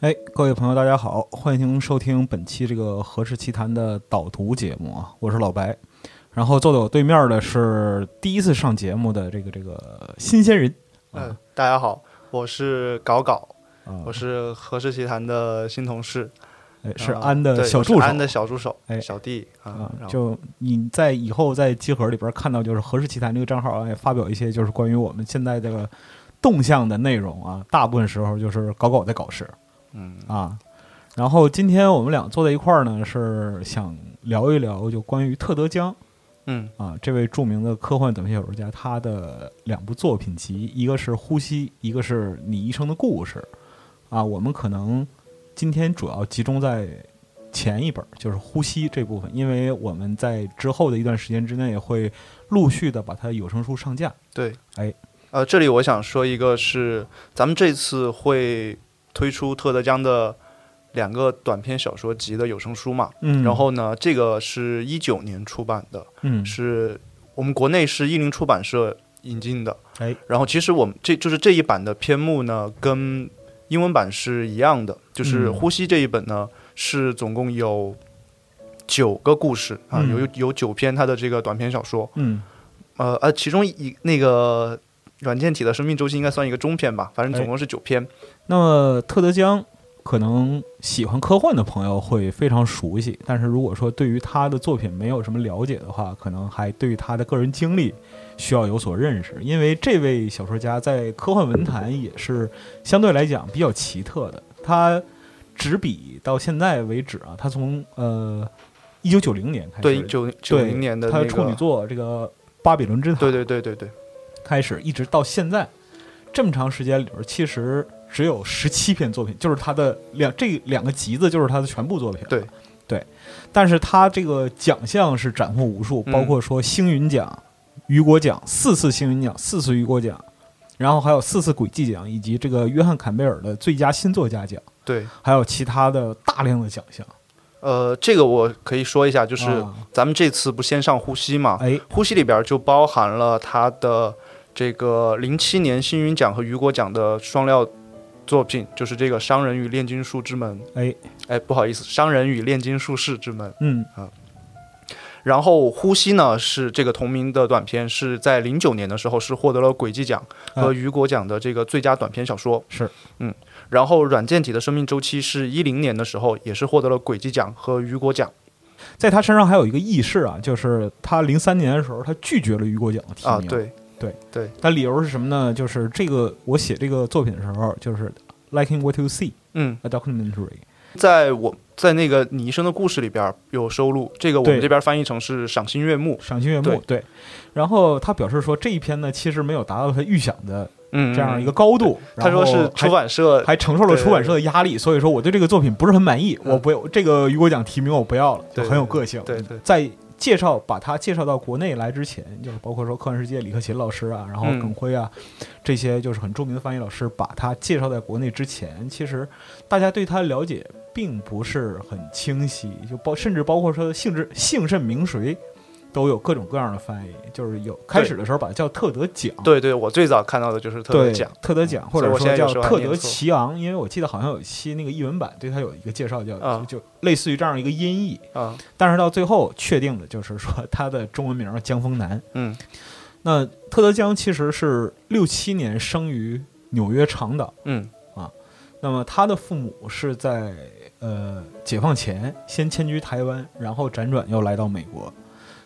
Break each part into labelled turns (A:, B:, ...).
A: 哎，各位朋友，大家好，欢迎收听本期这个《何氏奇谈》的导读节目啊，我是老白。然后坐在我对面的是第一次上节目的这个这个新鲜人
B: 嗯，大家好，我是搞搞，
A: 啊
B: 我，是何氏奇谈的新同事，
A: 哎是
B: 啊
A: 安的
B: 对
A: 小
B: 我是
A: 助手
B: 安的小助手，
A: 哎
B: 小弟啊
A: 啊，
B: 然，后
A: 就你在以后在集合里边看到，就是《何氏奇谈》这个账号啊，也发表一些就是关于我们现在这个动向的内容啊，大部分时候就是搞搞在搞事
B: 嗯
A: 啊。然后今天我们俩坐在一块儿呢，是想聊一聊就关于特德·江
B: 嗯
A: 啊这位著名的科幻短篇小说家，他的两部作品集，一个是《呼吸》，一个是《你一生的故事》啊。我们可能今天主要集中在前一本，就是《呼吸》这部分，因为我们在之后的一段时间之内会陆续的把它有声书上架。
B: 对，
A: 哎，
B: 呃，这里我想说一个是，咱们这次会推出特德江的两个短篇小说集的有声书嘛，
A: 嗯
B: 然后呢，这个是一九年出版的，
A: 嗯
B: 是我们国内是译林出版社引进的。
A: 哎，
B: 然后其实我们这就是这一版的篇目呢，跟英文版是一样的，就是
A: 嗯
B: 《呼吸》这一本呢是总共有九个故事啊，
A: 嗯
B: 有有九篇它的这个短篇小说，
A: 嗯
B: 呃呃，其中一那个。软件体的生命周期应该算一个中篇吧，反正总共是九篇。
A: 那么特德·江可能喜欢科幻的朋友会非常熟悉，但是如果说对于他的作品没有什么了解的话，可能还对于他的个人经历需要有所认识，因为这位小说家在科幻文坛也是相对来讲比较奇特的。他执笔到现在为止啊，他从呃一九九零年开始，
B: 对，九九
A: 对
B: 零年的
A: 他
B: 那
A: 的
B: 个，
A: 处女作这个《巴比伦之塔》
B: 对对对对对，
A: 开始一直到现在，这么长时间里边，其实只有十七篇作品，就是他的两这两个集子就是他的全部作品了。
B: 对
A: 对，但是他这个奖项是斩获无数，
B: 嗯
A: 包括说星云奖、雨果奖四次星云奖，四次雨果奖。然后还有四次轨迹奖，以及这个约翰坎贝尔的最佳新作家奖，
B: 对，
A: 还有其他的大量的奖项。
B: 呃，这个我可以说一下，就是
A: 啊
B: 咱们这次不先上呼吸嘛，
A: 哎，
B: 呼吸里边就包含了他的这个零七年星云奖和雨果奖的双料作品，就是这个《商人与炼金术之门》。
A: 哎，
B: 哎，不好意思，《商人与炼金术士之门》。
A: 嗯
B: 然后《呼吸》呢是这个同名的短片，是在零九年的时候是获得了轨迹奖和
A: 啊
B: 雨果奖的这个最佳短篇小说。
A: 是，
B: 嗯。然后《软件体的生命周期》是一零年的时候也是获得了轨迹奖和雨果奖
A: 在他身上还有一个轶事啊，就是他零三年的时候，他拒绝了雨果奖的提名。
B: 啊，对
A: 对
B: 对，
A: 但理由是什么呢？就是这个我写这个作品的时候，就是 liking what you see
B: 嗯。
A: a documentary。
B: 在我在那个《你一生的故事》里边儿有收录，这个我
A: 对
B: 们这边翻译成是赏心悦目。
A: 赏心悦目，
B: 对
A: 对。然后他表示说，这一篇呢，其实没有达到他预想的
B: 嗯，
A: 这样一个
B: 嗯，
A: 高度。
B: 嗯他说是
A: 然后还
B: 出版社，
A: 还承受了出版社的压力，所以说我对这个作品不是很满意。
B: 嗯
A: 我不要这个雨果奖提名，我不要了，就
B: 对
A: 很有个性。嗯
B: 对对
A: 在介绍把他介绍到国内来之前，就是包括说科幻世界李克勤老师啊，然后
B: 嗯
A: 耿辉啊，这些就是很著名的翻译老师，把他介绍在国内之前，其实大家对他了解并不是很清晰，就包甚至包括说性质姓甚名谁。都有各种各样的翻译，就是有开始的时候把它叫特德奖，
B: 对对，我最早看到的就是特
A: 对，
B: 别奖，嗯
A: 特德奖，或
B: 所以
A: 者
B: 我
A: 说
B: 现在
A: 叫
B: 有时候还
A: 特
B: 念
A: 德
B: 错
A: 奇昂，因为我记得好像有一期那个译文版对他有一个介绍叫，
B: 啊
A: 就就类似于这样一个音译，
B: 啊，
A: 但是到最后确定的就是说 他的中文名叫江峰南。
B: 嗯
A: 那特德江其实是六七年生于纽约长岛，
B: 嗯
A: 那么他的父母是在呃解放前先迁居台湾，然后辗转又来到美国。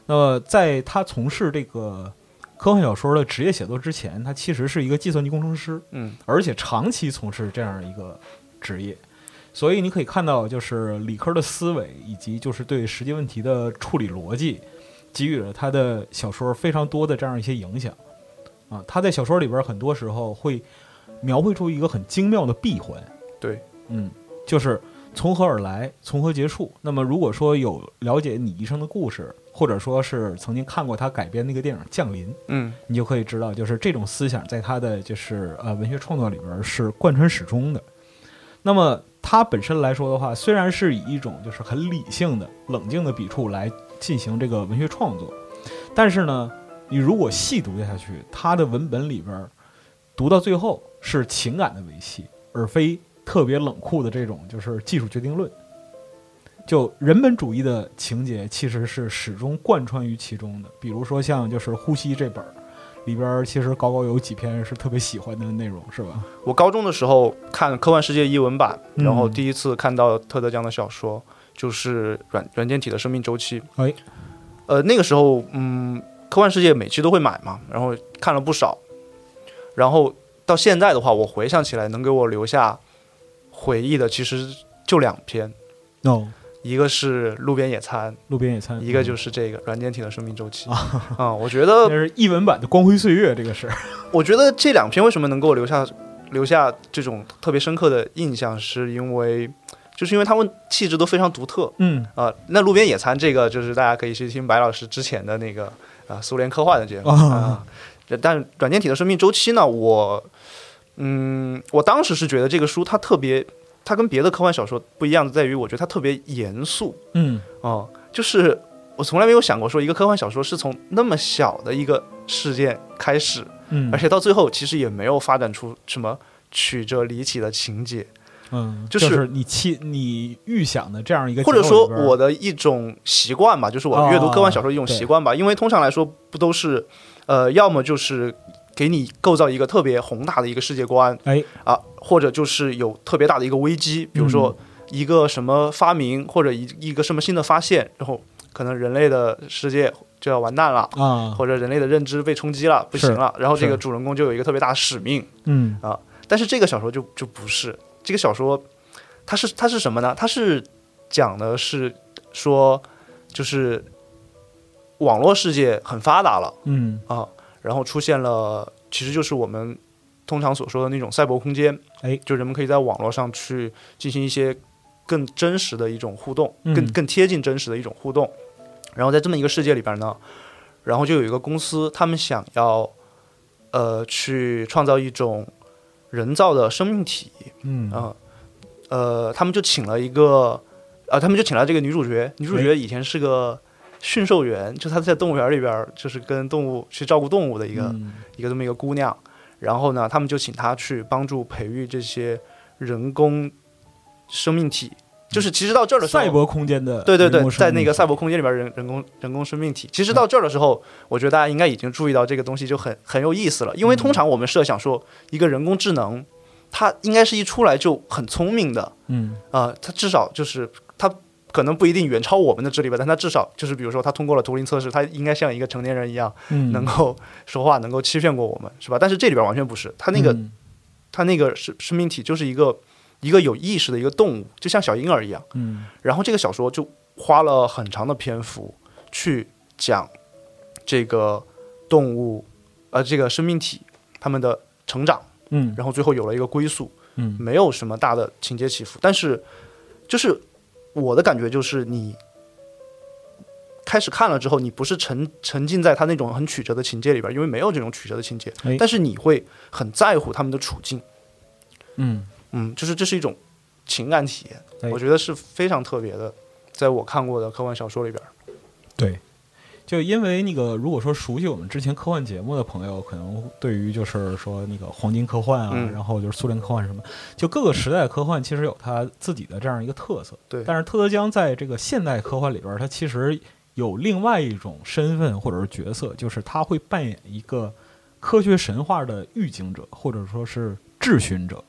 A: 那么在他从事这个科幻小说的职业写作之前，他其实是一个计算机工程师。
B: 嗯
A: 而且长期从事这样一个职业，所以你可以看到，就是理科的思维以及就是对实际问题的处理逻辑，给予了他的小说非常多的这样一些影响。啊，他在小说里边很多时候会描绘出一个很精妙的闭环。
B: 对，
A: 嗯，就是从何而来，从何结束。那么如果说有了解你一生的故事，或者说是曾经看过他改编那个电影《降临》，
B: 嗯
A: 你就可以知道，就是这种思想在他的就是呃文学创作里边是贯穿始终的。那么他本身来说的话，虽然是以一种就是很理性的、冷静的笔触来进行这个文学创作，但是呢，你如果细读下去，他的文本里边读到最后是情感的维系，而非特别冷酷的这种就是技术决定论。就人本主义的情节其实是始终贯穿于其中的，比如说像就是《呼吸》这本儿里边儿，其实高高有几篇是特别喜欢的内容，是吧？
B: 我高中的时候看科幻世界译文版，
A: 嗯
B: 然后第一次看到特德·江的小说，就是软软件体的生命周期。
A: 哎，
B: 呃，那个时候，嗯，科幻世界每期都会买嘛，然后看了不少。然后到现在的话，我回想起来，能给我留下回忆的，其实就两篇，
A: no，
B: 一个是《路边野餐
A: 路边野餐》，，嗯
B: 一个就是是这个软件体的生命周期。 啊、我觉得
A: 那是译文版的《光辉岁月》，这个是
B: 我觉得这两篇为什么能给我留下留下这种特别深刻的印象，是因为就是因为他们气质都非常独特
A: 嗯
B: 啊、那路边野餐这个，就是大家可以去听白老师之前的那个啊、苏联科幻的节目啊
A: 啊、
B: 但软件体的生命周期呢，我嗯，我当时是觉得这个书它特别，它跟别的科幻小说不一样，在于我觉得它特别严肃
A: 嗯
B: 啊、就是。我从来没有想过说一个科幻小说是从那么小的一个事件开始，
A: 嗯，
B: 而且到最后其实也没有发展出什么曲折离奇的情节，
A: 嗯，
B: 就
A: 就是你期你预想的这样一个结
B: 或
A: 构里
B: 者
A: 边儿，
B: 说我的一种习惯吧，就是我阅读科幻小说的一种
A: 哦对
B: 习惯吧，因为通常来说不都是，呃，要么就是给你构造一个特别宏大的一个世界观
A: 哎
B: 啊，或者就是有特别大的一个危机，比如说
A: 嗯
B: 一个什么发明或者一一个什么新的发现，然后可能人类的世界就要完蛋了。
A: 啊，
B: 或者人类的认知被冲击了，不行
A: 是
B: 了，然后这
A: 是
B: 个主人公就有一个特别大的使命，
A: 嗯
B: 但是这个小说就就不是，这个小说它是它是什么呢？它是讲的是说，就是网络世界很发达了
A: 嗯
B: 啊，然后出现了，其实就是我们通常所说的那种赛博空间，
A: 哎，
B: 就人们可以在网络上去进行一些更真实的一种互动，
A: 嗯
B: 更更贴近真实的一种互动。然后在这么一个世界里边呢，然后就有一个公司，他们想要呃去创造一种人造的生命体
A: 嗯
B: 啊、呃，他们就请了一个呃，他们就请了这个女主角，女主
A: 哎
B: 角以前是个。驯兽员就她在动物园里边儿，就是跟动物去照顾动物的一个、
A: 嗯
B: 一个这么一个姑娘，然后呢，他们就请她去帮助培育这些人工生命体，就是其实到这儿的时候，
A: 赛博空间的
B: 对对对
A: 人，工生
B: 在那
A: 命嗯
B: 个赛博空间里边人人工人工生命体，其实到这儿的时候，我觉得大家应该已经注意到这个东西就很很有意思了，因
A: 嗯
B: 为通常我们设想说一个人工智能，它应该是一出来就很聪明的，
A: 嗯
B: 啊，它至少就是它可能不一定远超我们的智力吧，但它至少就是比如说它通过了图灵测试，它应该像一个成年人一样。
A: 嗯
B: 能够说话，能够欺骗过我们，是吧？但是这里边完全不是，他那个、
A: 嗯
B: 他那个生生命体就是一个一个有意识的一个动物，就像小婴儿一样。
A: 嗯
B: 然后这个小说就花了很长的篇幅去讲这个动物，呃，这个生命体它们的成长，
A: 嗯
B: 然后最后有了一个归宿，
A: 嗯
B: 没有什么大的情节起伏。但是，就是我的感觉就是你。开始看了之后，你不是沉沉浸在他那种很曲折的情节里边，因为没有这种曲折的情节，
A: 哎
B: 但是你会很在乎他们的处境，
A: 嗯
B: 嗯，就是这是一种情感体验，
A: 哎
B: 我觉得是非常特别的，在我看过的科幻小说里边，
A: 对。就因为那个，如果说熟悉我们之前科幻节目的朋友，可能对于就是说那个黄金科幻啊，
B: 嗯
A: 然后就是苏联科幻什么，就各个时代的科幻其实有它自己的这样一个特色。
B: 对
A: 但是特德·江在这个现代科幻里边儿，他其实有另外一种身份或者是角色，就是他会扮演一个科学神话的预警者，或者说是质询者。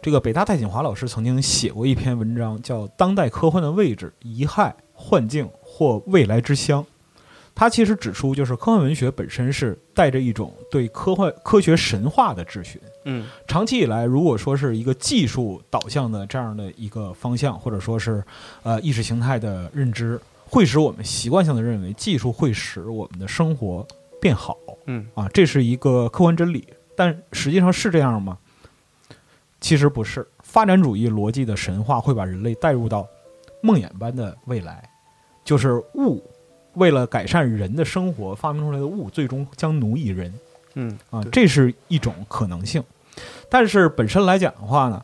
A: 这个北大戴锦华老师曾经写过一篇文章，叫《当代科幻的位置、遗害、幻境或未来之乡》。他其实指出，就是科幻文学本身是带着一种对科幻科学神话的质询。
B: 嗯
A: 长期以来，如果说是一个技术导向的这样的一个方向，或者说是呃意识形态的认知，会使我们习惯性的认为技术会使我们的生活变好
B: 嗯，
A: 啊，这是一个客观真理。但实际上是这样吗？其实不是。发展主义逻辑的神话会把人类带入到梦魇般的未来，就是物为了改善人的生活发明出来的物，最终将奴役人。
B: 嗯
A: 啊，
B: 对
A: 这是一种可能性。但是本身来讲的话呢，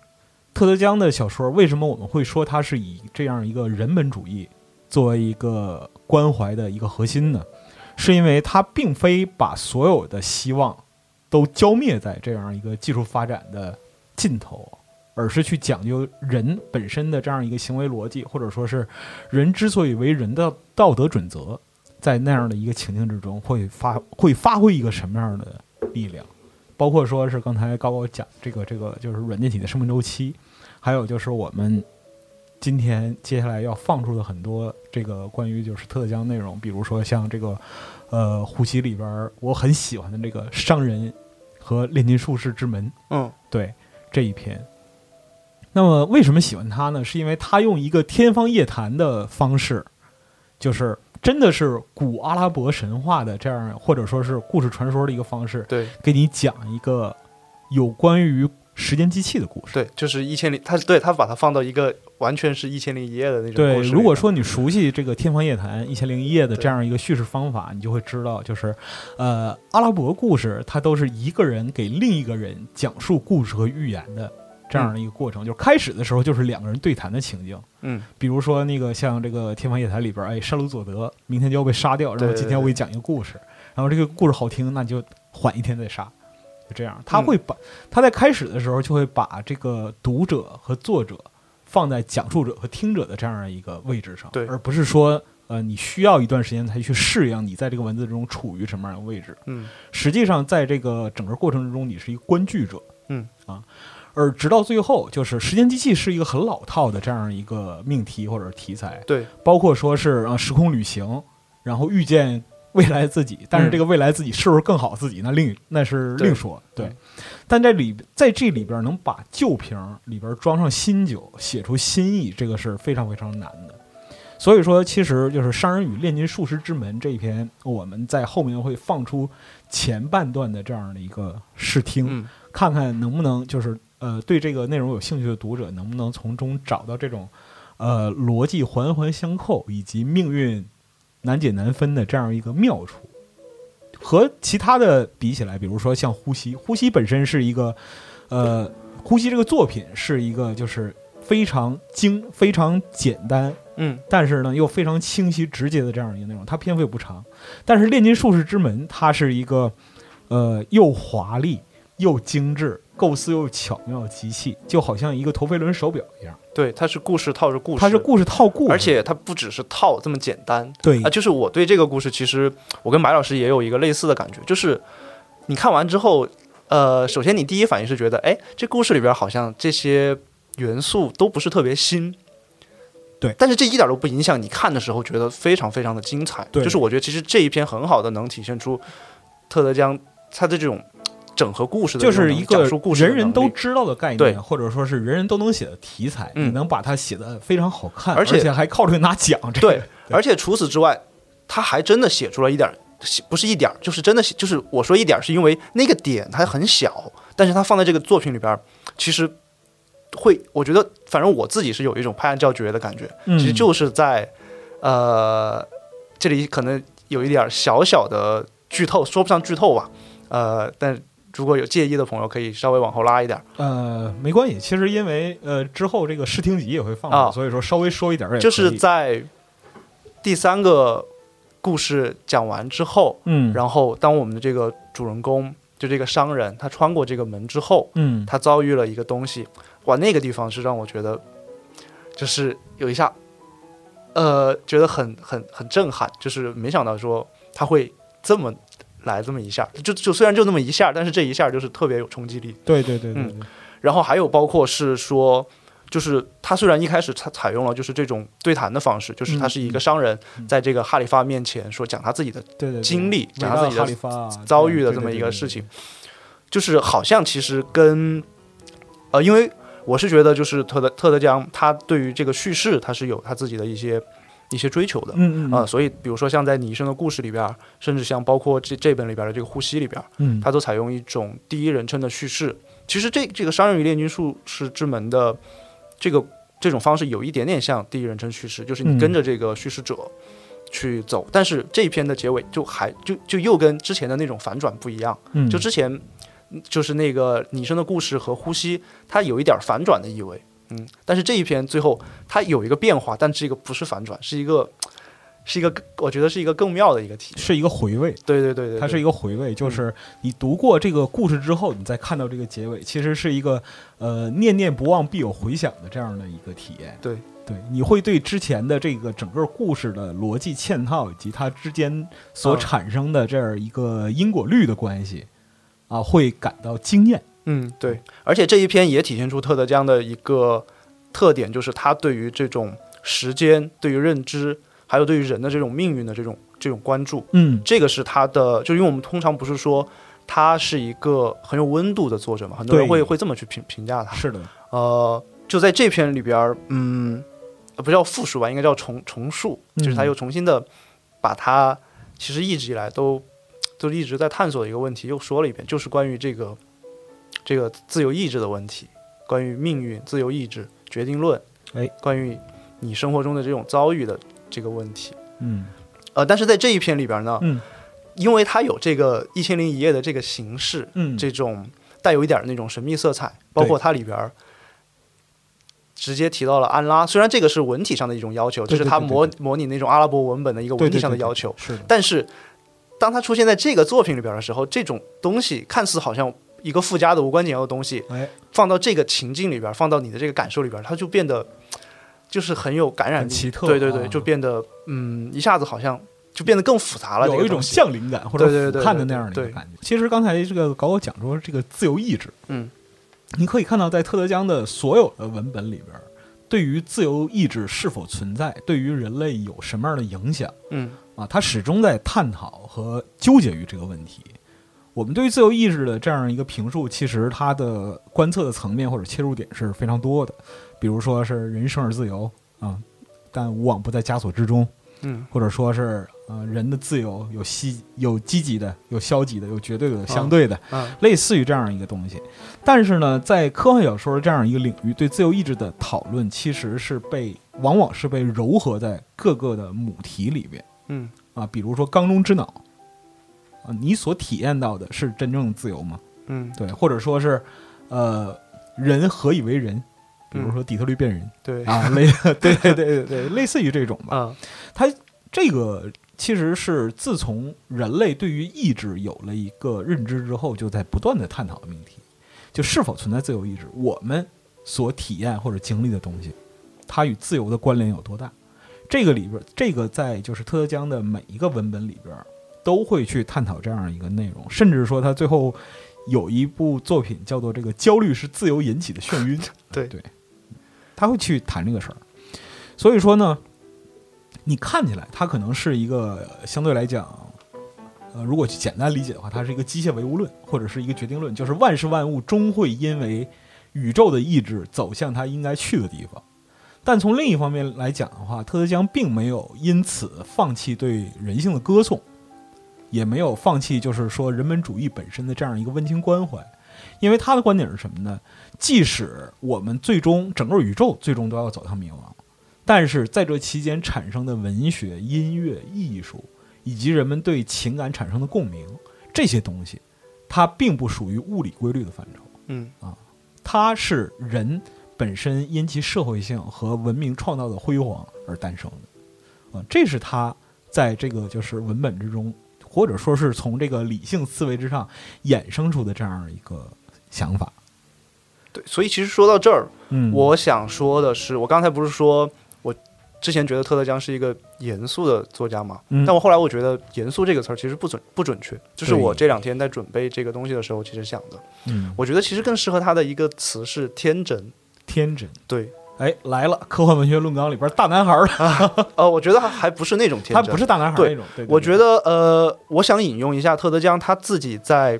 A: 特德·江的小说为什么我们会说它是以这样一个人本主义作为一个关怀的一个核心呢？是因为它并非把所有的希望都浇灭在这样一个技术发展的尽头而是去讲究人本身的这样一个行为逻辑，或者说是人之所以为人的道德准则，在那样的一个情境之中会发会发挥一个什么样的力量，包括说是刚才高高讲这个这个就是软件体的生命周期，还有就是我们今天接下来要放出的很多这个关于就是特江内容，比如说像这个呃呼吸里边儿我很喜欢的这个商人和炼金术士之门，
B: 嗯
A: 对这一篇。那么为什么喜欢他呢？是因为他用一个天方夜谭的方式，就是真的是古阿拉伯神话的这样，或者说是故事传说的一个方式，
B: 对
A: 给你讲一个有关于时间机器的故事。
B: 对，就是一千零，他对他把它放到一个完全是一千零一夜的那种
A: 对，
B: 故事里
A: 如果
B: 面
A: 说你熟悉这个《天方夜谭》《一千零一夜》的这样一个叙事方法，你就会知道，就是，呃，阿拉伯故事它都是一个人给另一个人讲述故事和寓言的这样的一个过程。就是开始的时候就是两个人对谈的情境，
B: 嗯
A: 比如说那个像这个《天方夜谭》里边，哎，山鲁佐德明天就要被杀掉，然后
B: 对对
A: 今天我给你讲一个故事，然后这个故事好听，那你就缓一天再杀，就这样。
B: 嗯
A: 他会把、他在开始的时候就会把这个读者和作者放在讲述者和听者的这样的一个位置上，
B: 对
A: 而不是说呃你需要一段时间才去适应你在这个文字中处于什么样的位置。
B: 嗯
A: 实际上，在这个整个过程之中，你是一个观剧者，
B: 嗯
A: 啊，而直到最后，就是时间机器是一个很老套的这样一个命题或者题材，
B: 对
A: 包括说是啊时空旅行，然后遇见未来自己，但是这个未来自己是不是更好自己，那另那是
B: 对
A: 另说，对。
B: 嗯
A: 但在里在这里边能把旧瓶里边装上新酒，写出新意，这个是非常非常难的。所以说，其实就是《商人与炼金术师之门》这一篇，我们在后面会放出前半段的这样的一个试听，
B: 嗯
A: 看看能不能就是呃对这个内容有兴趣的读者，能不能从中找到这种呃逻辑环环相扣以及命运难解难分的这样一个妙处。和其他的比起来，比如说像《呼吸》，《 呼吸》本身是一个呃，《呼吸》这个作品是一个就是非常精、非常简单，
B: 嗯
A: 但是呢又非常清晰直接的这样一个内容，它篇幅也不长。但是《炼金术士之门》它是一个呃又华丽又精致、构思又巧妙极细，就好像一个陀飞轮手表一样，
B: 对，它是故事套着故事，
A: 它是故事套故事，
B: 而且它不只是套这么简单
A: 对
B: 啊。就是我对这个故事，其实我跟白老师也有一个类似的感觉，就是你看完之后，呃，首先你第一反应是觉得，哎，这故事里边好像这些元素都不是特别新。
A: 对
B: 但是这一点都不影响你看的时候觉得非常非常的精彩。
A: 对
B: 就是我觉得其实这一篇很好的能体现出特德江他的这种整合故事的
A: 就
B: 这种
A: 是
B: 能
A: 一
B: 讲
A: 个
B: 述故事的
A: 人人都
B: 能力
A: 知道的概
B: 对
A: 念，或者说是人人都能写的题材，
B: 嗯
A: 你能把它写得非常好看，
B: 而
A: 而
B: 且
A: 还靠这个拿奖，这
B: 对
A: 个，
B: 而且除此之外，他还真的写出了一点儿，写不是一点儿，就是真的写，就是我说一点儿，是因为那个点它很小，但是它放在这个作品里边儿，其实会，我觉得，反正我自己是有一种拍案叫绝的感觉，
A: 嗯
B: 其实就是在，呃，这里可能有一点儿小小的剧透，说不上剧透吧，呃，但如果有介意的朋友，可以稍微往后拉一点儿。
A: 呃没关系。其实因为呃之后这个试听集也会放
B: 啊
A: 出，所以说稍微说一点儿也可以
B: 就是在第三个故事讲完之后，
A: 嗯，
B: 然后当我们的这个主人公，就这个商人，他穿过这个门之后，
A: 嗯
B: 他遭遇了一个东西，哇，那个地方是让我觉得，就是有一下，呃，觉得很很很震撼，就是没想到说他会这么来这么一下，就就虽然就那么一下，但是这一下就是特别有冲击力。
A: 对对对对
B: 嗯
A: 对，
B: 然后还有包括是说，就是他虽然一开始采采用了就是这种对谈的方式，就是他是一个商人
A: 嗯嗯
B: 在这个哈里发面前说讲他自己的
A: 对对对
B: 经历
A: 围
B: 讲
A: 绕
B: 自己的
A: 哈利发啊
B: 遭遇的这么一个事情，就是好像其实跟，呃，因为我是觉得就是特德特德江他对于这个叙事他是有他自己的一些一些追求的，
A: 嗯嗯
B: 啊、所以比如说像在《你一生的故事》里边儿，甚至像包括这这本里边儿的这个《呼吸》里边儿，
A: 嗯，
B: 它都采用一种第一人称的叙事。其实这这个《商人与炼金术士之门》的这个这种方式有一点点像第一人称叙事，就是你
A: 嗯
B: 跟着这个叙事者去走，但是这一篇的结尾就还就就又跟之前的那种反转不一样。
A: 嗯
B: 就之前就是那个拟声的故事和呼吸，它有一点反转的意味，嗯，但是这一篇最后它有一个变化，但这个不是反转，是一个是一个我觉得是一个更妙的一个体验。
A: 是一个回味，
B: 对对对对，嗯
A: 它是一
B: 一
A: 个回味，就是你读过这个故事之后，你再看到这个结尾，其实是一个呃念念不忘必有回响的这样的一个体验。
B: 对
A: 对，你会对之前的这个整个故事的逻辑嵌套以及它之间所
B: 嗯
A: 产生的这样一个因果律的关系啊，会感到惊艳。
B: 嗯对，而且这一篇也体现出特德江的一个特点，就是他对于这种时间、对于认知，还有对于人的这种命运的这种这种关注。
A: 嗯，
B: 这个是他的，就因为我们通常不是说他是一个很有温度的作者嘛，很多人
A: 对
B: 会会这么去评评价他。
A: 是的，
B: 呃，就在这篇里边儿，嗯，呃不叫复述吧，应该叫重重述，
A: 嗯
B: 就是他又重新的把他其实一直以来都都一直在探索的一个问题又说了一遍，就是关于这个这个自由意志的问题，关于命运、自由意志、决定论，
A: 哎，
B: 关于你生活中的这种遭遇的这个问题。
A: 嗯
B: 呃，但是在这一篇里边呢，
A: 嗯
B: 因为它有这个《一千零一夜》的这个形式，
A: 嗯，
B: 这种带有一点儿那种神秘色彩，包括它里边儿直接提到了安拉。虽然这个是文体上的一种要求，这
A: 对
B: 是它
A: 对对
B: 模模拟那种阿拉伯文本的一个
A: 对
B: 文
A: 对
B: 体上的
A: 对
B: 要求，
A: 是的，
B: 但是当它出现在这个作品里边儿的时候，这种东西看似好像一个附加的无关紧要的东西，
A: 哎，
B: 放到这个情境里边儿，放到你的这个感受里边儿，它就变得就是很有感染
A: 很
B: 力，
A: 奇特
B: 对对对，
A: 啊
B: 就变得嗯，一下子好像就变得更复杂了，这
A: 有
B: 个
A: 一种
B: 东西
A: 降临感或者
B: 对对
A: 俯
B: 对
A: 瞰的
B: 对
A: 那样的一
B: 对
A: 个感觉。其实刚才这个搞我讲说这个自由意志，
B: 嗯，
A: 你可以看到在特德江的所有的文本里边儿，对于自由意志是否存在，对于人类有什么样的影响
B: 嗯
A: 啊，他始终在探讨和纠结于这个问题。我们对于自由意志的这样一个评述，其实它的观测的层面或者切入点是非常多的，比如说是人生而自由啊，但无往不在枷锁之中，
B: 嗯
A: 或者说是呃人的自由有积有积极的，有消极的，有绝对的，有相对的，
B: 嗯
A: 类似于这样一个东西。但是呢，在科幻小说这样一个领域，对自由意志的讨论其实是被往往是被糅合在各个的母题里边
B: 嗯
A: 啊，比如说《缸中之脑》啊，你所体验到的是真正的自由吗？
B: 嗯，
A: 对，或者说是呃人何以为人？比如说底特律变人、
B: 对
A: 啊，类对对对对对，类似于这种吧。
B: 啊
A: 这个其实是自从人类对于意志有了一个认知之后，就在不断的探讨的命题，就是否存在自由意志，我们所体验或者经历的东西，它与自由的关联有多大？这个里边，这个在就是特德江的每一个文本里边都会去探讨这样一个内容，甚至说他最后有一部作品叫做《这个焦虑是自由引起的眩晕》，
B: 对
A: 对，他会去谈这个事儿。所以说呢，你看起来它可能是一个呃相对来讲，呃，如果去简单理解的话，它是一个机械唯物论，或者是一个决定论，就是万事万物终会因为宇宙的意志走向它应该去的地方。但从另一方面来讲的话，特德·江并没有因此放弃对人性的歌颂，也没有放弃就是说人本主义本身的这样一个温情关怀，因为他的观点是什么呢？即使我们最终整个宇宙最终都要走向灭亡，但是在这期间产生的文学、音乐、艺术，以及人们对情感产生的共鸣，这些东西，它并不属于物理规律的范畴，
B: 嗯
A: 它是人本身因其社会性和文明创造的辉煌而诞生的，啊，这是他在这个就是文本之中，或者说是从这个理性思维之上衍生出的这样一个想法。
B: 对，所以其实说到这儿，
A: 嗯，
B: 我想说的是，我刚才不是说我之前觉得特德·江是一个严肃的作家嘛？
A: 嗯
B: 但我后来我觉得“严肃”这个词儿其实不准不准确，这是我
A: 对
B: 这两天在准备这个东西的时候其实想的。
A: 嗯，
B: 我觉得其实更适合他的一个词是天真。
A: 天真。
B: 对，
A: 哎，来了！科幻文学论纲里边大男孩儿，
B: 呃，我觉得还还不是那种天
A: 他
B: 真，
A: 不是大男孩儿那种。对对
B: 我
A: 对
B: 觉得，呃，我想引用一下特德·江他自己在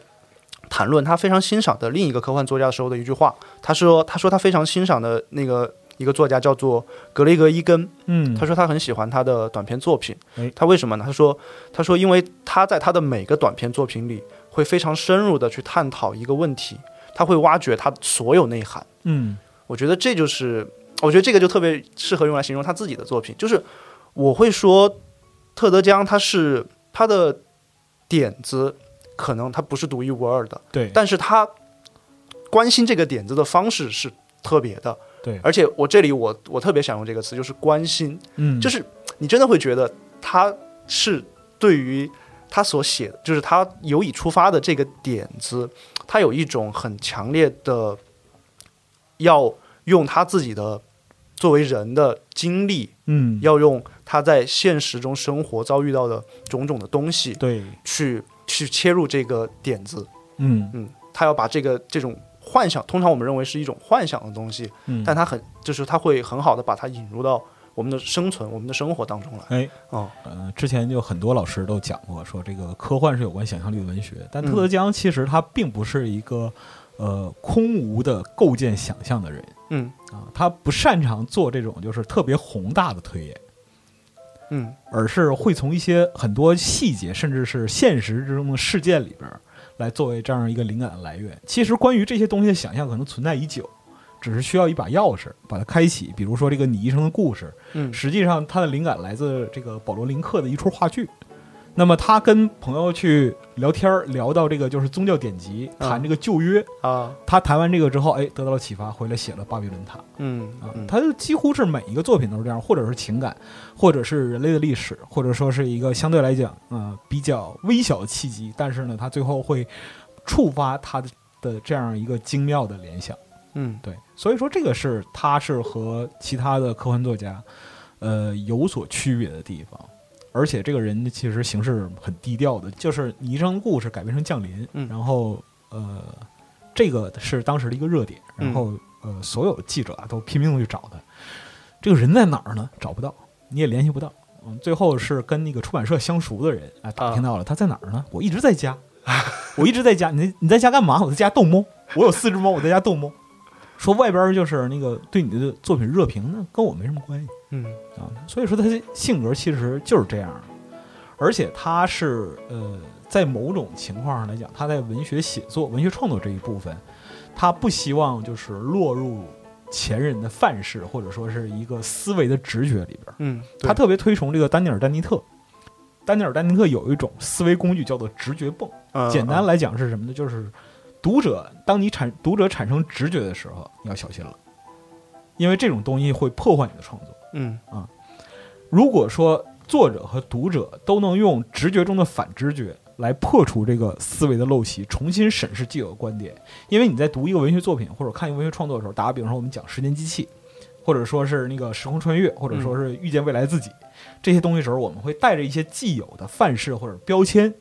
B: 谈论他非常欣赏的另一个科幻作家的时候的一句话。他说：“他说他非常欣赏的那个一个作家叫做格雷格·伊根，
A: 嗯，
B: 他说他很喜欢他的短篇作品
A: 哎。
B: 他为什么呢？他说，他说因为他在他的每个短篇作品里会非常深入的去探讨一个问题，他会挖掘他所有内涵。
A: 嗯，
B: 我觉得这就是，我觉得这个就特别适合用来形容他自己的作品。就是我会说，特德·江他是他的点子，可能他不是独一无二的，
A: 对，
B: 但是他关心这个点子的方式是特别的。
A: 对
B: 而且我这里我我特别想用这个词，就是关心，
A: 嗯，
B: 就是是你真的会觉得他是对于他所写，就是他由以出发的这个点子，他有一种很强烈的要用他自己的作为人的经历，
A: 嗯，
B: 要用他在现实中生活遭遇到的种种的东西
A: 对，
B: 去去切入这个点子，
A: 嗯
B: 嗯，他要把这个这种幻想，通常我们认为是一种幻想的东西，
A: 嗯，
B: 但他很就是他会很好的把它引入到我们的生存、我们的生活当中来。
A: 哎，
B: 哦，
A: 呃，之前就很多老师都讲过，说这个科幻是有关想象力的文学，但
B: 嗯
A: 特德·江其实他并不是一个呃空无的构建想象的人
B: 嗯
A: 啊，他不擅长做这种就是特别宏大的推演，
B: 嗯
A: 而是会从一些很多细节，甚至是现实之中的事件里边儿，来作为这样一个灵感的来源。其实关于这些东西的想象可能存在已久，只是需要一把钥匙把它开启。比如说这个你医生的故事，
B: 嗯
A: 实际上它的灵感来自这个保罗林克的一出话剧。那么他跟朋友去聊天儿，聊到这个就是宗教典籍，
B: 嗯
A: 谈这个旧约。
B: 啊
A: 他谈完这个之后，哎，得到了启发，回来写了《巴比伦塔》
B: 嗯
A: 啊。
B: 嗯
A: 他就几乎是每一个作品都是这样，或者是情感，或者是人类的历史，或者说是一个相对来讲，呃，比较微小的契机，但是呢，他最后会触发他的的这样一个精妙的联想。
B: 嗯
A: 对，所以说这个是他是和其他的科幻作家，呃，有所区别的地方。而且这个人其实行事很低调的，就是你一生故事改编成降临，
B: 嗯
A: 然后呃，这个是当时的一个热点，
B: 嗯
A: 然后呃，所有记者啊都拼命的去找他，这个人在哪儿呢？找不到，你也联系不到。嗯，最后是跟那个出版社相熟的人啊打听到了，他在哪儿呢？我一直在家， 我一直在家。你你在家干嘛？我在家逗猫，我有四只猫，我在家逗猫。说外边就是那个对你的作品热评，那跟我没什么关系
B: 嗯
A: 啊。所以说他的性格其实就是这样的，而且他是呃，在某种情况上来讲，他在文学写作、文学创作这一部分，他不希望就是落入前人的范式或者说是一个思维的直觉里边儿。
B: 嗯，
A: 他
B: 对
A: 特别推崇这个丹尼尔·丹尼特。丹尼尔·丹尼特有一种思维工具叫做直觉泵。
B: 嗯
A: 简单
B: 嗯
A: 来讲是什么呢？就是读者，当你产读者产生直觉的时候，你要小心了，因为这种东西会破坏你的创作。
B: 嗯
A: 如果说作者和读者都能用直觉中的反直觉来破除这个思维的陋习，重新审视既有的观点，因为你在读一个文学作品或者看一个文学创作的时候，打个比方说，我们讲时间机器，或者说是那个时空穿越，或者说是遇见未来自己、这些东西的时候，我们会带着一些既有的范式或者标签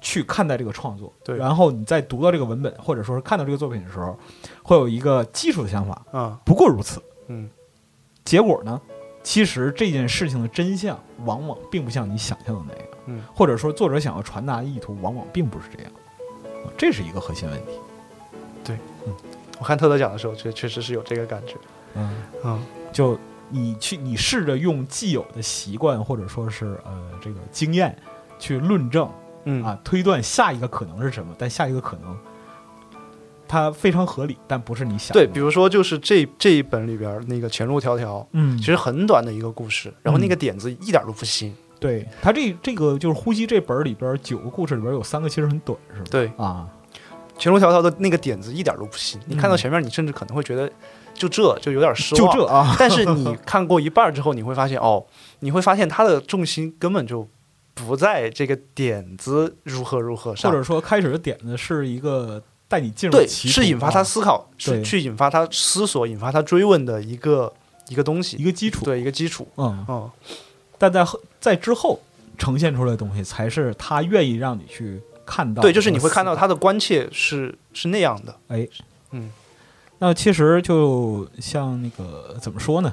A: 去看待这个创作。
B: 对
A: 然后你在读到这个文本或者说是看到这个作品的时候，会有一个基础的想法，
B: 嗯
A: 不过如此。
B: 嗯
A: 结果呢，其实这件事情的真相往往并不像你想象的那样，
B: 嗯
A: 或者说作者想要传达的意图往往并不是这样，啊这是一个核心问题。
B: 我看特德奖的时候，确确实是有这个感觉。
A: 嗯，
B: 嗯
A: 就你去，你试着用既有的习惯或者说是呃这个经验去论证
B: 嗯
A: 啊，推断下一个可能是什么，但下一个可能它非常合理，但不是你想的
B: 对，比如说就是这这一本里边儿那个前路迢迢，
A: 嗯，
B: 其实很短的一个故事，然后那
A: 嗯
B: 个点子一点儿都不新。
A: 对他这这个就是《呼吸》这本儿里边儿九个故事里边儿有三个其实很短，是吧？
B: 对，
A: 啊，
B: 前路迢迢的那个点子一点儿都不新，你看到
A: 嗯
B: 前面，你甚至可能会觉得就这就有点失
A: 就
B: 望。
A: 这啊，
B: 但是你看过一半儿之后，你会发现哦，你会发现它的重心根本就不在这个点子如何如何
A: 或
B: 上，
A: 者说开始的点子是一个带你进入
B: 对，
A: 歧途
B: 是引发他
A: 啊
B: 思考，
A: 对
B: 是去引发他思索、引发他追问的一个一个东
A: 一
B: 西，
A: 个基础，
B: 对，一个基础。
A: 嗯，
B: 嗯
A: 但在后在之后呈现出来的东西才是他愿意让你去看到，
B: 对，就是你会看到
A: 他。
B: 他的关切是是那样的，
A: 哎，
B: 嗯，
A: 那其实就像那个怎么说呢？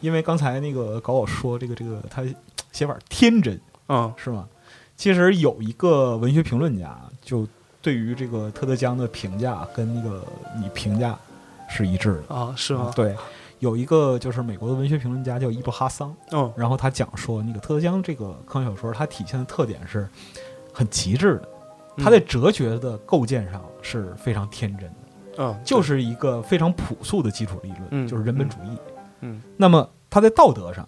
A: 因为刚才那个搞我说这个这个他写法天真
B: 嗯
A: 是吗？其实有一个文学评论家就对于这个特德·江的评价跟那个你评价是一致的。
B: 啊，是
A: 嗯
B: 吗？
A: 对，有一个就是美国的文学评论家叫伊布哈桑，
B: 嗯
A: 然后他讲说，那个特德·江这个科幻小说，它体现的特点是很极致的，它在哲学的构建上是非常天真的，
B: 嗯，
A: 就是是一个非常朴素的基础理论，
B: 嗯
A: 就是人本主义。
B: 嗯
A: 那么它在道德上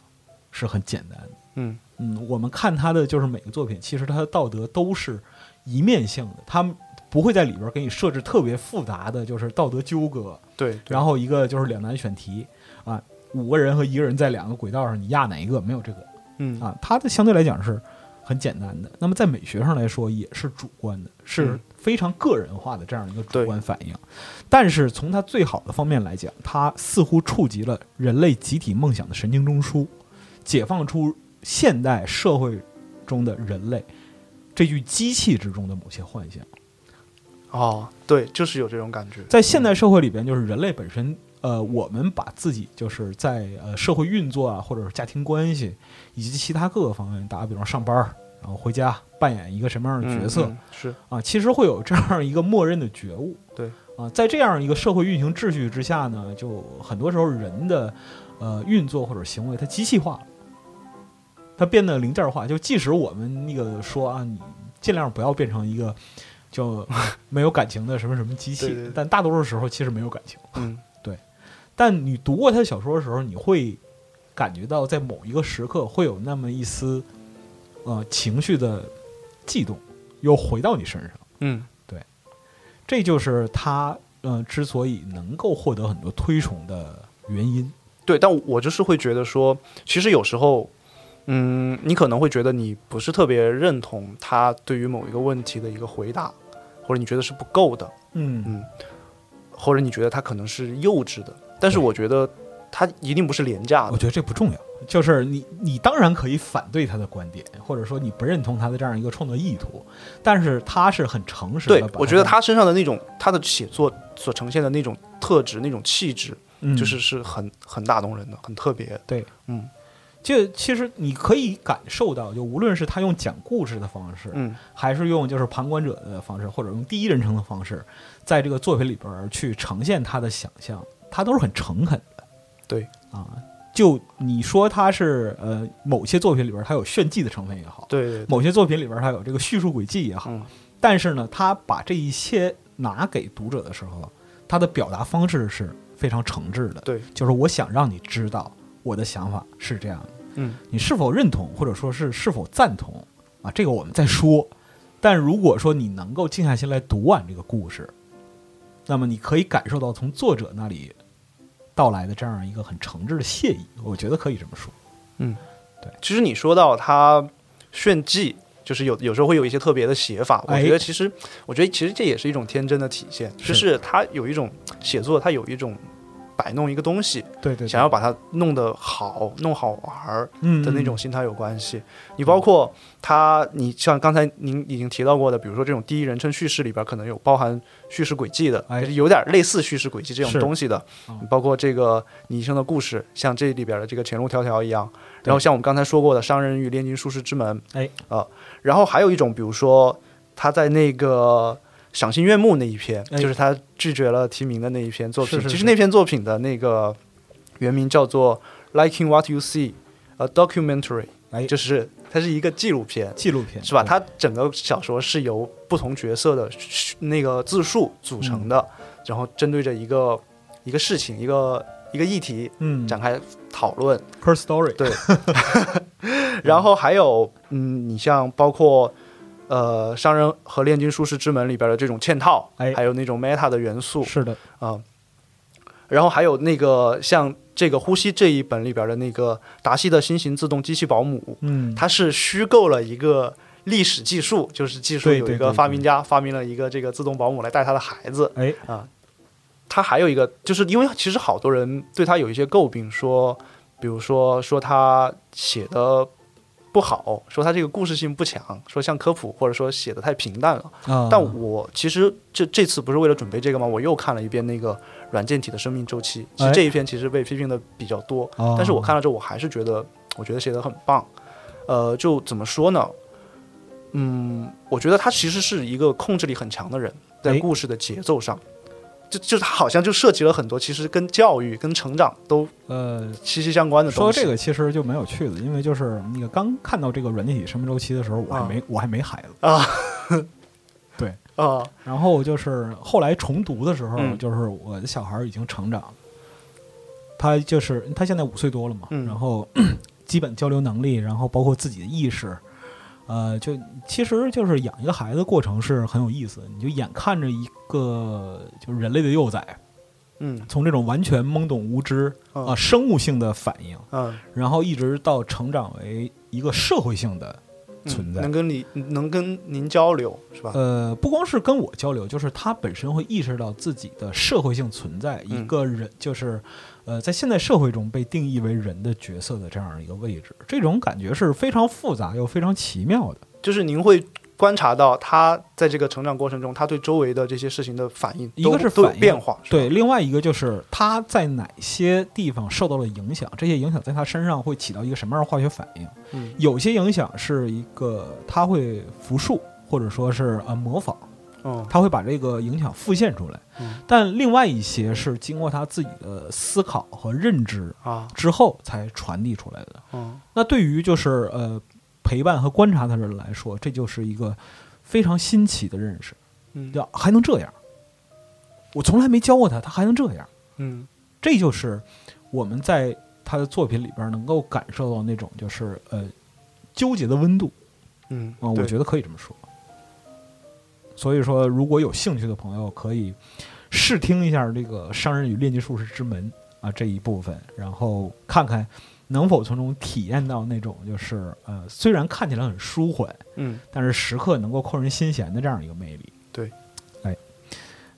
A: 是很简单的。
B: 嗯
A: 嗯，我们看他的就是每个作品，其实他的道德都是一面性的，他不会在里边给你设置特别复杂的，就是道德纠葛，
B: 对，对
A: 然后一个就是两难选题啊，五个人和一个人在两个轨道上，你压哪一个？没有这个，
B: 嗯
A: 啊，它的相对来讲是很简单的。那么在美学上来说也是主观的，是
B: 嗯
A: 非常个人化的这样一个主
B: 对
A: 观反应。但是从它最好的方面来讲，它似乎触及了人类集体梦想的神经中枢，解放出现代社会中的人类这具机器之中的某些幻想。
B: 哦，对，就是有这种感觉。
A: 在现代社会里边，就是人类本身，呃，我们把自己就是在呃社会运作啊，或者是家庭关系以及其他各个方面，打个比方上班儿，然后回家扮演一个什么样的
B: 嗯
A: 角色、
B: 嗯 是
A: 啊，其实会有这样一个默认的觉悟。
B: 对
A: 啊，在这样一个社会运行秩序之下呢，就很多时候人的呃运作或者行为它机器化了，它变得零件化。就即使我们那个说啊，你尽量不要变成一个 叫没有感情的什么什么机器，
B: 对对对
A: 但大多数时候其实没有感情。
B: 嗯
A: 但你读过他的小说的时候，你会感觉到在某一个时刻会有那么一丝呃情绪的悸动，又回到你身上。
B: 嗯
A: 这就是他呃之所以能够获得很多推崇的原因。
B: 对，但我就是会觉得说，其实有时候，嗯，你可能会觉得你不是特别认同他对于某一个问题的一个回答，或者你觉得是不够的，
A: 嗯
B: 嗯或者你觉得他可能是幼稚的，但是我觉得他一定不是廉价
A: 我
B: 的。
A: 觉得这不重要，就是你你当然可以反对他的观点，或者说你不认同他的这样一个创作意图，但是他是很诚实的
B: 对
A: 把它。，
B: 我觉得他身上的那种他的写作所呈现的那种特质、那种气质，
A: 嗯
B: 就是是很很打动人的，很特别。
A: 对，
B: 嗯
A: 就其实你可以感受到，就无论是他用讲故事的方式，
B: 嗯
A: 还是用就是旁观者的方式，或者用第一人称的方式，在这个作品里边儿去呈现他的想象，他都是很诚恳的。
B: 对
A: 啊，就你说他是呃某些作品里边儿它有炫技的成分也好，
B: 对对对，
A: 某些作品里边儿它有这个叙述轨迹也好，
B: 嗯
A: 但是呢，他把这一切拿给读者的时候，他的表达方式是非常诚挚的。
B: 对，
A: 就是我想让你知道我的想法是这样的。
B: 嗯
A: 你是否认同，或者说是是否赞同啊？这个我们再说。但如果说你能够静下心来读完这个故事，那么你可以感受到从作者那里到来的这样一个很诚挚的谢意，我觉得可以这么说。
B: 嗯，
A: 对。
B: 其实你说到他炫技，就是有有时候会有一些特别的写法，我
A: 哎
B: 觉得其实，我觉得其实这也是一种天真的体现，
A: 是
B: 就是他有一种写作，他有一种摆弄一个东西，
A: 对对
B: 想要把它弄得好、弄好玩儿的
A: 的
B: 那种心态有关系。你包括他，你像刚才您已经提到过的，比如说这种第一人称叙事里边可能有包含叙事轨迹的，
A: 哎
B: 就是有点类似叙事轨迹这种
A: 是
B: 东西的
A: 嗯。
B: 你包括这个《你一生的故事》，像这里边的这个前路迢迢一样，
A: 对
B: 然后像我们刚才说过的《商人与炼金术士之门》，
A: 哎
B: 啊，然后还有一种，比如说他在那个。赏心悦目那一篇，
A: 哎
B: 就是他拒绝了提名的那一篇作品。
A: 是是
B: 其
A: 是
B: 实那篇作品的那个原名叫做《Liking What You See》，a documentary，
A: 哎嗯
B: 就是它是一个纪录片，
A: 纪录片
B: 是吧？
A: 对
B: 它整个小说是由不同角色的叙那个自述组
A: 嗯
B: 成的，然后针对着一个一个事情、一个一个议题
A: 嗯
B: 展开讨论。
A: ，Her Story
B: 对 然后还有，嗯，你像包括呃《商人和炼金术士之门》里边的这种嵌套，
A: 哎
B: 还有那种 meta 的元素，
A: 是的，
B: 啊、然后还有那个像这个《呼吸》这一本里边的那个达西的新型自动机器保姆，
A: 嗯，
B: 它是虚构了一个历史技术，就是技术
A: 对
B: 有
A: 对
B: 一
A: 对
B: 个
A: 对
B: 发明家发明了一个这个自动保姆来带他的孩子。
A: 哎
B: 他还有一个，就是因为其实好多人对他有一些诟病，说，比如说说他写的不好，说他这个故事性不强，说像科普或者说写的太平淡了。
A: 啊，
B: 但我其实这这次不是为了准备这个吗？我又看了一遍那个软件体的生命周期，其
A: 哎
B: 实这一篇其实被批评的比较多，
A: 哦
B: 但是我看了之后，我还是觉得我觉得写的很棒。呃，就怎么说呢？嗯，我觉得他其实是一个控制力很强的人，在
A: 哎
B: 故事的节奏上，就就是他好像就涉及了很多其实跟教育、跟成长都
A: 呃，
B: 息息相关的
A: 说
B: 东
A: 到
B: 西。
A: 这个其实就蛮有趣的，因为就是那个刚看到这个软件体生命周期的时候，我还没、我还没孩子，
B: 啊、
A: 然后就是后来重读的时候，
B: 嗯
A: 就是我的小孩已经成长了，他就是他现在五岁多了嘛，
B: 嗯
A: 然后 基本交流能力，然后包括自己的意识，呃，就其实就是养一个孩子的过程是很有意思的，你就眼看着一个就是人类的幼崽
B: 嗯
A: 从这种完全懵懂无知啊、
B: 嗯
A: 生物性的反应，
B: 嗯
A: 然后一直到成长为一个社会性的存在
B: 嗯能。跟你能跟您交流是吧？
A: 呃，不光是跟我交流，就是他本身会意识到自己的社会性存在，
B: 嗯
A: 一个人就是，呃，在现代社会中被定义为人的角色的这样一个位置，这种感觉是非常复杂又非常奇妙的。
B: 就是您会观察到他在这个成长过程中，他对周围的这些事情的反应，
A: 一个
B: 都
A: 是
B: 都有
A: 反应
B: 变化，是吧
A: 对，，另外一个就是他在哪些地方受到了影响，这些影响在他身上会起到一个什么样的化学反应？
B: 嗯，
A: 有些影响是一个他会复述，或者说是呃模仿。
B: 嗯，
A: 他会把这个影响复现出来。
B: 嗯
A: 但另外一些是经过他自己的思考和认知
B: 啊，
A: 之后才传递出来的。
B: 嗯，
A: 那对于就是呃陪伴和观察他的人来说，这就是一个非常新奇的认识，
B: 嗯，
A: 叫还能这样，我从来没教过他，他还能这样，
B: 嗯，
A: 这就是我们在他的作品里边能够感受到那种就是呃纠结的温度。
B: 嗯，
A: 啊、我
B: 对
A: 觉得可以这么说。所以说，如果有兴趣的朋友，可以试听一下这个《商人与炼金术士之门》啊这一部分，然后看看能否从中体验到那种就是呃，虽然看起来很舒缓，
B: 嗯，
A: 但是时刻能够扣人心弦的这样一个魅力。
B: 对，
A: 哎，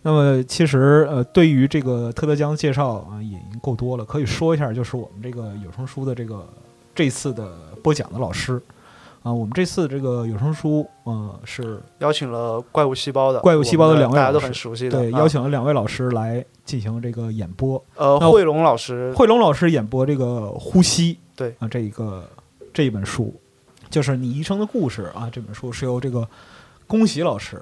A: 那么其实呃，对于这个特德江的介绍啊，也已经够多了，可以说一下，就是我们这个有声书的这个这次的播讲的老师啊，我们这次这个有声书，呃，是
B: 邀请了怪物细胞的
A: 怪物细胞的两位
B: 我们大家
A: 老
B: 都
A: 师
B: 很熟悉的，
A: 对
B: 啊
A: 邀请了两位老师来进行这个演播，
B: 呃
A: 那我
B: 惠龙老师，
A: 惠龙老师演播这个《呼吸》
B: 对
A: 啊，这一个这一本书，就是你一生的故事啊，这本书是由这个宫喜老师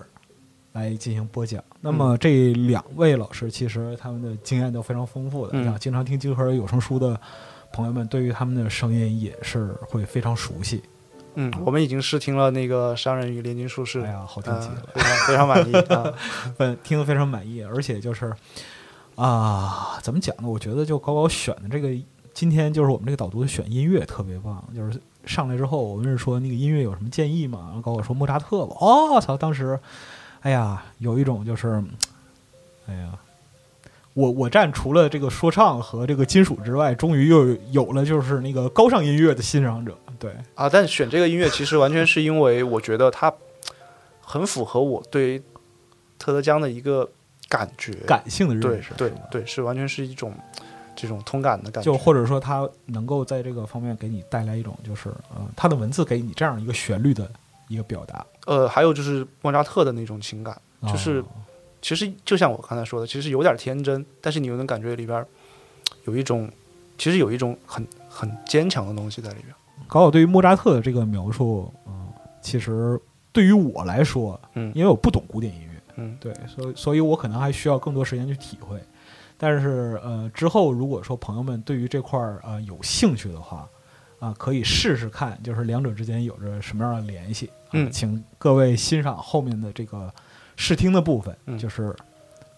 A: 来进行播讲。那
B: 嗯
A: 么这两位老师其实他们的经验都非常丰富的，
B: 嗯
A: 像经常听金盒有声书的朋友们，对于他们的声音也是会非常熟悉。
B: 嗯，我们已经试听了那个《商人与炼金术士
A: 哎》，呀，好听极
B: 嗯
A: 了，，
B: 非常非常满意啊，
A: 嗯，听得非常满意，而且就是啊，怎么讲呢？我觉得就高高选的这个，今天就是我们这个导读选音乐特别棒，就是上来之后我问是说那个音乐有什么建议吗？然后高我说莫扎特吧，哦，我操，当时哎呀，有一种就是哎呀。我我站除了这个说唱和这个金属之外，终于又有有了就是那个高尚音乐的欣赏者，对，
B: 啊，但选这个音乐其实完全是因为我觉得它很符合我对特德江的一个感觉，
A: 感性的认
B: 对
A: 识，
B: 对
A: 是吧
B: 对，是完全是一种这种通感的感觉，
A: 就或者说它能够在这个方面给你带来一种就是呃，它的文字给你这样一个旋律的一个表达，
B: 呃，还有就是莫扎特的那种情感，
A: 啊
B: 就是其实就像我刚才说的，其实有点天真，但是你又能感觉里边儿有一种，其实有一种很很坚强的东西在里边。
A: 高考对于莫扎特的这个描述，嗯、其实对于我来说，
B: 嗯
A: 因为我不懂古典音乐，
B: 嗯
A: 对，所以所以我可能还需要更多时间去体会。但是呃，之后如果说朋友们对于这块儿呃有兴趣的话，啊、可以试试看，就是两者之间有着什么样的联系。啊
B: 嗯
A: 请各位欣赏后面的这个试听的部分，
B: 嗯
A: 就是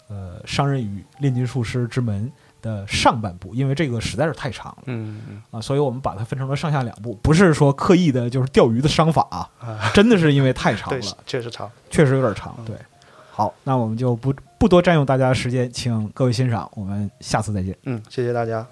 A: 呃《商人与炼金术师之门》的上半部，因为这个实在是太长了。
B: 嗯嗯
A: 啊，所以我们把它分成了上下两部，不是说刻意的，就是钓鱼的商法、啊，
B: 啊，
A: 真的是因为太长
B: 对
A: 了，，
B: 确实长。
A: 确实有点长。对，好，那我们就不不多占用大家的时间，请各位欣赏，我们下次再见。
B: 嗯，谢谢大家。